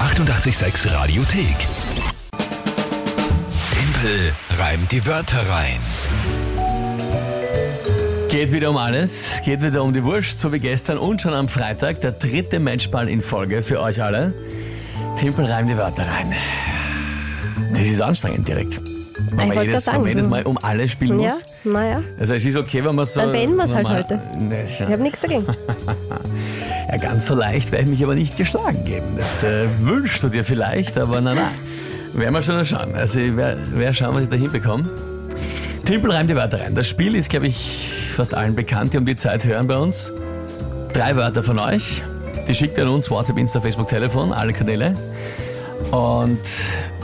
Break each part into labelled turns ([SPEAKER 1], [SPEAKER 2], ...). [SPEAKER 1] 886 Radiothek. Tempel reimt die Wörter rein.
[SPEAKER 2] Geht wieder um alles, geht wieder um die Wurst, so wie gestern und schon am Freitag, der dritte Matchball in Folge für euch alle. Timpel reimt die Wörter rein. Das ist anstrengend direkt. Wenn
[SPEAKER 3] wollte
[SPEAKER 2] man jedes,
[SPEAKER 3] gerade sagen,
[SPEAKER 2] jedes
[SPEAKER 3] du-
[SPEAKER 2] Mal um alles spielen
[SPEAKER 3] Ja,
[SPEAKER 2] muss.
[SPEAKER 3] naja.
[SPEAKER 2] Also es ist okay, wenn man so...
[SPEAKER 3] Dann beenden wir's halt
[SPEAKER 2] normal-
[SPEAKER 3] heute.
[SPEAKER 2] Nee, ja.
[SPEAKER 3] Ich habe nichts dagegen.
[SPEAKER 2] Ja, ganz so leicht werde ich mich aber nicht geschlagen geben. Das äh, wünschst du dir vielleicht, aber na na. Werden wir schon noch schauen. Also ich wer, wer schauen, was ich da hinbekomme. Timpel reimt die Wörter rein. Das Spiel ist, glaube ich, fast allen bekannt, die um die Zeit hören bei uns. Drei Wörter von euch. Die schickt ihr an uns, WhatsApp, Insta, Facebook, Telefon, alle Kanäle. Und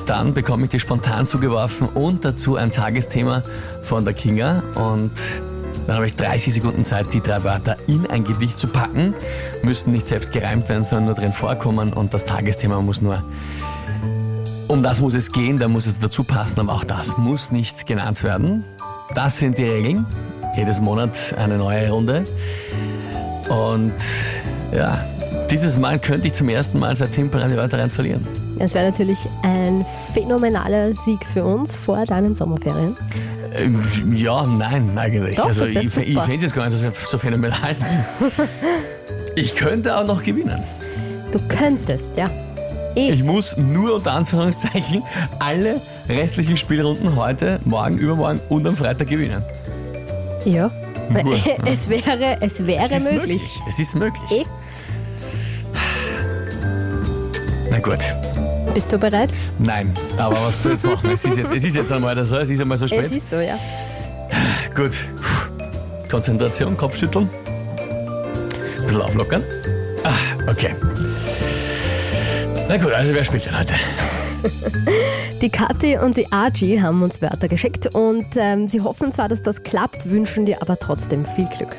[SPEAKER 2] dann bekomme ich die spontan zugeworfen und dazu ein Tagesthema von der Kinga. Und dann habe ich 30 Sekunden Zeit, die drei Wörter in ein Gedicht zu packen. Müssen nicht selbst gereimt werden, sondern nur drin vorkommen. Und das Tagesthema muss nur. Um das muss es gehen, da muss es dazu passen, aber auch das muss nicht genannt werden. Das sind die Regeln. Jedes Monat eine neue Runde. Und ja, dieses Mal könnte ich zum ersten Mal seit Timpel eine Wörter rein verlieren.
[SPEAKER 3] Es wäre natürlich ein phänomenaler Sieg für uns vor deinen Sommerferien.
[SPEAKER 2] Ähm, Ja, nein, eigentlich.
[SPEAKER 3] Doch,
[SPEAKER 2] also
[SPEAKER 3] das wär
[SPEAKER 2] ich,
[SPEAKER 3] super.
[SPEAKER 2] ich fände es jetzt gar nicht so, so phänomenal. ich könnte auch noch gewinnen.
[SPEAKER 3] Du könntest, ja.
[SPEAKER 2] Ich muss nur unter Anführungszeichen alle restlichen Spielrunden heute, morgen, übermorgen und am Freitag gewinnen.
[SPEAKER 3] Ja.
[SPEAKER 2] Gut.
[SPEAKER 3] Es wäre, es wäre
[SPEAKER 2] es ist
[SPEAKER 3] möglich.
[SPEAKER 2] Es ist möglich.
[SPEAKER 3] Eh.
[SPEAKER 2] Na gut.
[SPEAKER 3] Bist du bereit?
[SPEAKER 2] Nein, aber was soll jetzt machen? Es ist jetzt, es ist jetzt einmal so, es ist einmal so spät.
[SPEAKER 3] Es ist so, ja.
[SPEAKER 2] Gut. Konzentration, Kopfschütteln. Ein bisschen auflockern. Ah, okay. Na gut, also wer spielt denn heute?
[SPEAKER 3] Die Kathi und die Archie haben uns Wörter geschickt und ähm, sie hoffen zwar, dass das klappt, wünschen dir aber trotzdem viel Glück.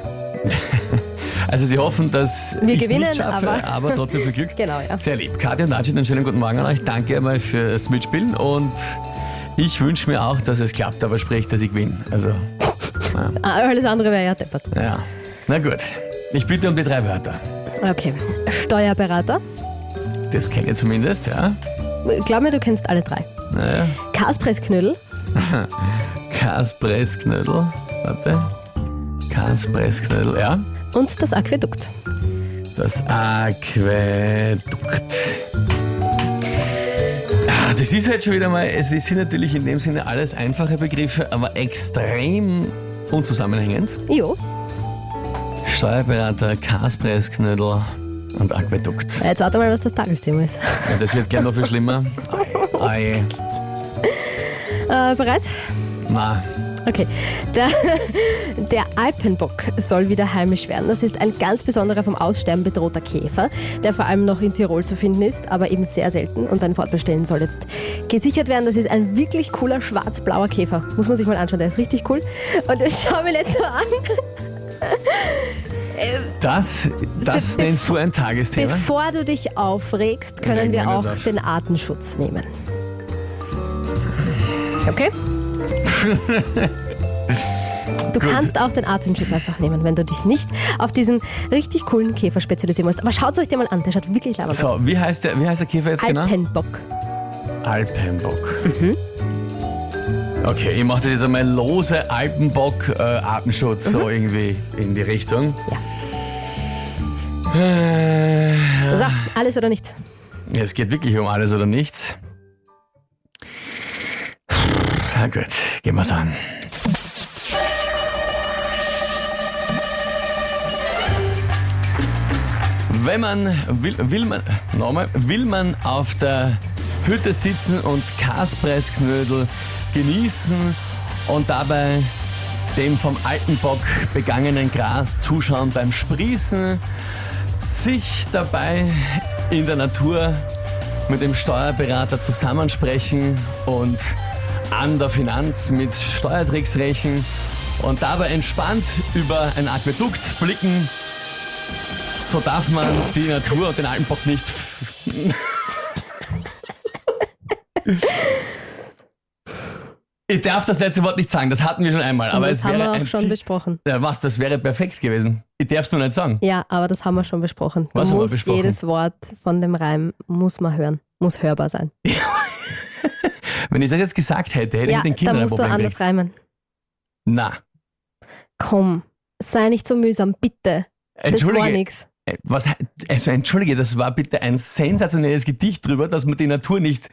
[SPEAKER 2] Also Sie hoffen, dass
[SPEAKER 3] Wir
[SPEAKER 2] ich es
[SPEAKER 3] gewinnen,
[SPEAKER 2] nicht schaffe,
[SPEAKER 3] aber-
[SPEAKER 2] aber, trotzdem viel Glück.
[SPEAKER 3] Genau, ja.
[SPEAKER 2] Sehr lieb. Katja und Archie, einen schönen guten Morgen an euch. Danke einmal fürs Mitspielen und ich wünsche mir auch, dass es klappt, aber sprich, dass ich gewinne. Also,
[SPEAKER 3] Ah, Alles andere wäre ja deppert.
[SPEAKER 2] ja. Na gut. Ich bitte um die drei Wörter.
[SPEAKER 3] Okay. Steuerberater.
[SPEAKER 2] Das kennt ihr zumindest, ja.
[SPEAKER 3] Glaub mir, du kennst alle drei.
[SPEAKER 2] Naja.
[SPEAKER 3] Kaspressknödel.
[SPEAKER 2] Kaspressknödel. Warte. Kaspressknödel, ja.
[SPEAKER 3] und das Aquädukt.
[SPEAKER 2] Das Aquädukt. Ah, Das ist halt schon wieder mal, es sind natürlich in dem Sinne alles einfache Begriffe, aber extrem unzusammenhängend.
[SPEAKER 3] Jo,
[SPEAKER 2] Steuerberater, Kaspressknödel und Aquädukt.
[SPEAKER 3] jetzt warte mal, was das Tagesthema ist.
[SPEAKER 2] Ja, Das wird gleich noch viel schlimmer. Ei, ei,
[SPEAKER 3] Äh, bereit?
[SPEAKER 2] na,
[SPEAKER 3] Okay. Der, der Alpenbock soll wieder heimisch werden. Das ist ein ganz besonderer vom Aussterben bedrohter Käfer, der vor allem noch in Tirol zu finden ist, aber eben sehr selten und sein Fortbestehen soll jetzt gesichert werden. Das ist ein wirklich cooler schwarz-blauer Käfer. Muss man sich mal anschauen, der ist richtig cool. Und das schauen wir jetzt mal an.
[SPEAKER 2] das, das
[SPEAKER 3] Be-
[SPEAKER 2] nennst du ein Tagesthema?
[SPEAKER 3] Bevor du dich aufregst, können
[SPEAKER 2] Regen
[SPEAKER 3] wir
[SPEAKER 2] wir
[SPEAKER 3] auch
[SPEAKER 2] nicht auf.
[SPEAKER 3] den Artenschutz nehmen. Okay? Du kannst auch den Artenschutz einfach nehmen, wenn du dich nicht auf diesen richtig coolen Käfer spezialisieren musst. Aber schaut euch den mal an, der schaut wirklich labernd aus.
[SPEAKER 2] So, wie heißt, der, wie heißt der Käfer jetzt genau?
[SPEAKER 3] Alpenbock.
[SPEAKER 2] Alpenbock. Okay, ich mache das jetzt einmal lose Alpenbock äh, Artenschutz so irgendwie in die Richtung. Äh,
[SPEAKER 3] So, alles oder nichts.
[SPEAKER 2] es geht wirklich um alles oder nichts. Na gut, gehen wir's an. Wenn man will, will man nochmal, will man auf der Hütte sitzen und Kaspreisknödel genießen und dabei dem vom Alpenbock begangenen Gras zuschauen beim Sprießen, sich dabei in der Natur mit dem Steuerberater zusammensprechen und an der Finanz mit Steuertricks rächen und dabei entspannt über ein Aquädukt blicken. So darf man die Natur und den Alpenbock nicht. f- Ich darf das letzte Wort nicht sagen, das hatten wir schon einmal, aber
[SPEAKER 3] das
[SPEAKER 2] es
[SPEAKER 3] haben
[SPEAKER 2] wäre
[SPEAKER 3] wir auch
[SPEAKER 2] ein
[SPEAKER 3] schon
[SPEAKER 2] Ziel-
[SPEAKER 3] besprochen.
[SPEAKER 2] Ja, was, das wäre perfekt gewesen. Ich darf es nur nicht sagen.
[SPEAKER 3] Ja, aber das haben wir schon besprochen. Du
[SPEAKER 2] Was haben wir
[SPEAKER 3] musst
[SPEAKER 2] besprochen?
[SPEAKER 3] jedes Wort von dem Reim muss man hören. muss hörbar sein.
[SPEAKER 2] Wenn ich das jetzt gesagt hätte, hätte ich
[SPEAKER 3] ja,
[SPEAKER 2] mit den
[SPEAKER 3] da
[SPEAKER 2] Kindern ein
[SPEAKER 3] musst du
[SPEAKER 2] Problem.
[SPEAKER 3] anders
[SPEAKER 2] gekriegt.
[SPEAKER 3] reimen.
[SPEAKER 2] Na,
[SPEAKER 3] Komm, sei nicht so mühsam, bitte. Das war
[SPEAKER 2] entschuldige.
[SPEAKER 3] nix.
[SPEAKER 2] äh, Was, he- also entschuldige, das war bitte ein sensationelles Gedicht drüber, dass man die Natur nicht.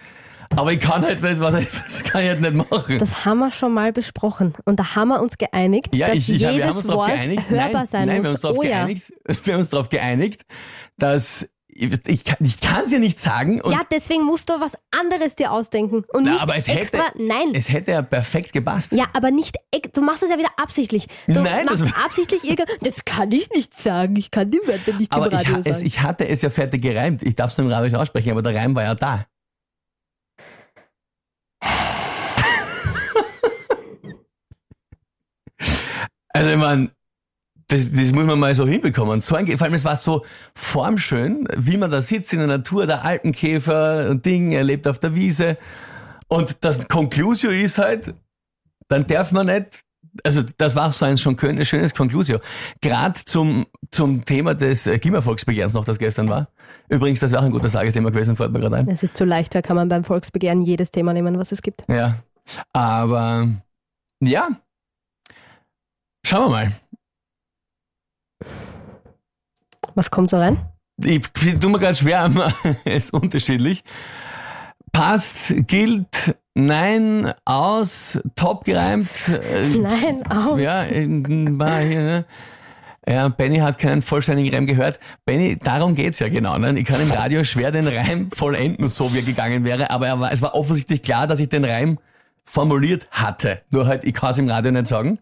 [SPEAKER 2] Aber ich kann halt, was, was kann ich halt nicht machen.
[SPEAKER 3] Das haben wir schon mal besprochen und da haben wir uns geeinigt,
[SPEAKER 2] ja,
[SPEAKER 3] dass
[SPEAKER 2] ich, ich, hab- wir haben uns
[SPEAKER 3] jedes
[SPEAKER 2] darauf
[SPEAKER 3] Wort
[SPEAKER 2] geeinigt.
[SPEAKER 3] hörbar
[SPEAKER 2] nein, nein,
[SPEAKER 3] sein
[SPEAKER 2] wir haben uns
[SPEAKER 3] muss.
[SPEAKER 2] darauf
[SPEAKER 3] oh ja.
[SPEAKER 2] geeinigt. Wir haben uns darauf geeinigt, dass ich, ich, kann- ich kann es ja nicht sagen. Und
[SPEAKER 3] ja, deswegen musst du was anderes dir ausdenken und
[SPEAKER 2] Na,
[SPEAKER 3] nicht
[SPEAKER 2] aber es hätte-
[SPEAKER 3] extra. nein.
[SPEAKER 2] es hätte ja perfekt gepasst.
[SPEAKER 3] ja, aber nicht, ex- du machst es ja wieder absichtlich. Du
[SPEAKER 2] Nein, das
[SPEAKER 3] machst
[SPEAKER 2] war-
[SPEAKER 3] absichtlich irgend. Das kann ich nicht sagen. Ich kann die Wörter nicht
[SPEAKER 2] aber
[SPEAKER 3] im
[SPEAKER 2] ich,
[SPEAKER 3] Radio
[SPEAKER 2] ha-
[SPEAKER 3] sagen.
[SPEAKER 2] es, ich hatte es ja fertig gereimt. Ich darf es nur im Radio aussprechen, aber der Reim war ja da. also ich meine, das, das muss man mal so hinbekommen. So ein, Ge- vor allem, es war so formschön, wie man da sitzt in der Natur, der Alpenkäfer und Ding, er lebt auf der Wiese. Und das Conclusio ist halt, dann darf man nicht, also das war so ein schon kön- schönes Conclusio. Gerade zum, zum Thema des äh, Klimavolksbegehrens noch, das gestern war. Übrigens, das wäre auch ein gutes Tagesthema gewesen, fällt mir gerade ein.
[SPEAKER 3] Es ist zu leicht, da kann man beim Volksbegehren jedes Thema nehmen, was es gibt.
[SPEAKER 2] Ja. Aber ja. Schauen wir mal.
[SPEAKER 3] Was kommt so rein?
[SPEAKER 2] Ich tue mir ganz schwer, aber es ist unterschiedlich. Passt, gilt, nein, aus, top gereimt. äh,
[SPEAKER 3] Nein, aus.
[SPEAKER 2] Ja, in- war hier, ne? Ja, Benny hat keinen vollständigen Reim gehört. Benny, darum geht's ja genau. Ne? Ich kann im Radio schwer den Reim vollenden, so wie er gegangen wäre, aber er war, es war offensichtlich klar, dass ich den Reim formuliert hatte. Nur halt, ich kann's im Radio nicht sagen.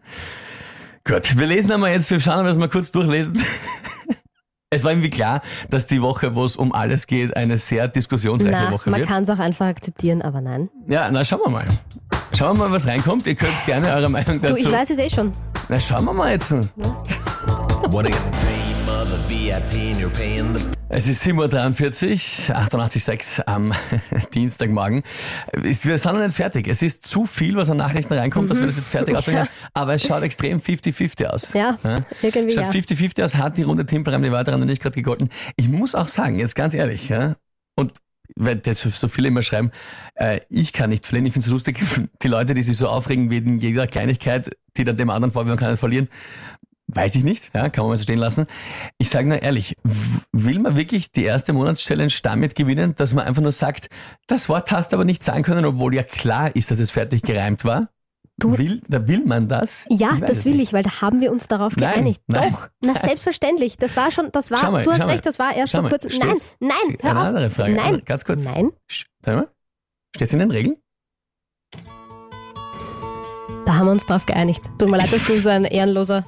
[SPEAKER 2] Gut, wir lesen einmal jetzt, wir schauen, ob wir es mal kurz durchlesen. Es war irgendwie klar, dass die Woche, wo es um alles geht, eine sehr diskussionsreiche
[SPEAKER 3] Na,
[SPEAKER 2] Woche
[SPEAKER 3] man
[SPEAKER 2] wird.
[SPEAKER 3] kann es auch einfach akzeptieren, aber nein.
[SPEAKER 2] Ja, na schauen wir mal. Schauen wir mal, was reinkommt. Ihr könnt gerne eure Meinung
[SPEAKER 3] Du,
[SPEAKER 2] dazu.
[SPEAKER 3] ich weiß es eh schon.
[SPEAKER 2] Na schauen wir mal jetzt.
[SPEAKER 1] Wanna get the cream of the VIP and you're paying the
[SPEAKER 2] Es ist 7.43 Uhr, 88.6 am Dienstagmorgen. Ist- Wir sind noch nicht fertig. Es ist zu viel, was an Nachrichten reinkommt, dass wir das jetzt fertig ausdrücken. Aber es schaut extrem 50-50 aus.
[SPEAKER 3] Ja, irgendwie
[SPEAKER 2] Schaut
[SPEAKER 3] ja.
[SPEAKER 2] 50-50 aus, hat die Runde Timperheim die weiteren noch nicht gerade gegolten. Ich muss auch sagen, jetzt ganz ehrlich, ja, und weil jetzt so viele immer schreiben, äh, ich kann nicht verlieren, ich finde es lustig, die Leute, die sich so aufregen wegen jeder Kleinigkeit, die dann dem anderen vorwürfen, kann nicht verlieren, weiß ich nicht, ja, kann man mal so stehen lassen. Ich sage nur ehrlich, w- will man wirklich die erste Monatschallenge damit gewinnen, dass man einfach nur sagt, das Wort hast du aber nicht sagen können, obwohl ja klar ist, dass es fertig gereimt war?
[SPEAKER 3] Du-
[SPEAKER 2] will, da will man das?
[SPEAKER 3] Ja,
[SPEAKER 2] Ich weiß
[SPEAKER 3] das
[SPEAKER 2] es
[SPEAKER 3] will
[SPEAKER 2] nicht.
[SPEAKER 3] ich, weil da haben wir uns darauf
[SPEAKER 2] Nein,
[SPEAKER 3] geeinigt.
[SPEAKER 2] nein.
[SPEAKER 3] Doch, na selbstverständlich. Das war schon, das
[SPEAKER 2] Schau
[SPEAKER 3] war,
[SPEAKER 2] mal,
[SPEAKER 3] du hast
[SPEAKER 2] schau mal.
[SPEAKER 3] recht, das war erst
[SPEAKER 2] Schau
[SPEAKER 3] vor
[SPEAKER 2] mal,
[SPEAKER 3] kurzem. Nein,
[SPEAKER 2] steht's?
[SPEAKER 3] nein, hör
[SPEAKER 2] Eine
[SPEAKER 3] auf.
[SPEAKER 2] andere Frage.
[SPEAKER 3] Nein.
[SPEAKER 2] Ganz kurz.
[SPEAKER 3] Nein,
[SPEAKER 2] Sch- Warte mal. Steht in den Regeln?
[SPEAKER 3] da haben wir uns drauf geeinigt. Tut mir leid, dass du so ein ehrenloser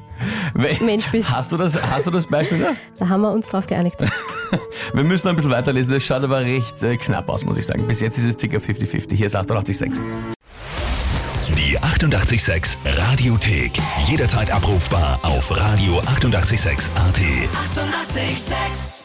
[SPEAKER 2] We-
[SPEAKER 3] Mensch bist.
[SPEAKER 2] Hast du das, hast du das Beispiel da?
[SPEAKER 3] Da haben wir uns drauf geeinigt.
[SPEAKER 2] Wir müssen noch ein bisschen weiterlesen. Das schaut aber recht äh, knapp aus, muss ich sagen. Bis jetzt ist es ca. 50-50. Hier ist 886.
[SPEAKER 1] Die 886 Radiothek. Jederzeit abrufbar auf radio886.at. 886!
[SPEAKER 4] 886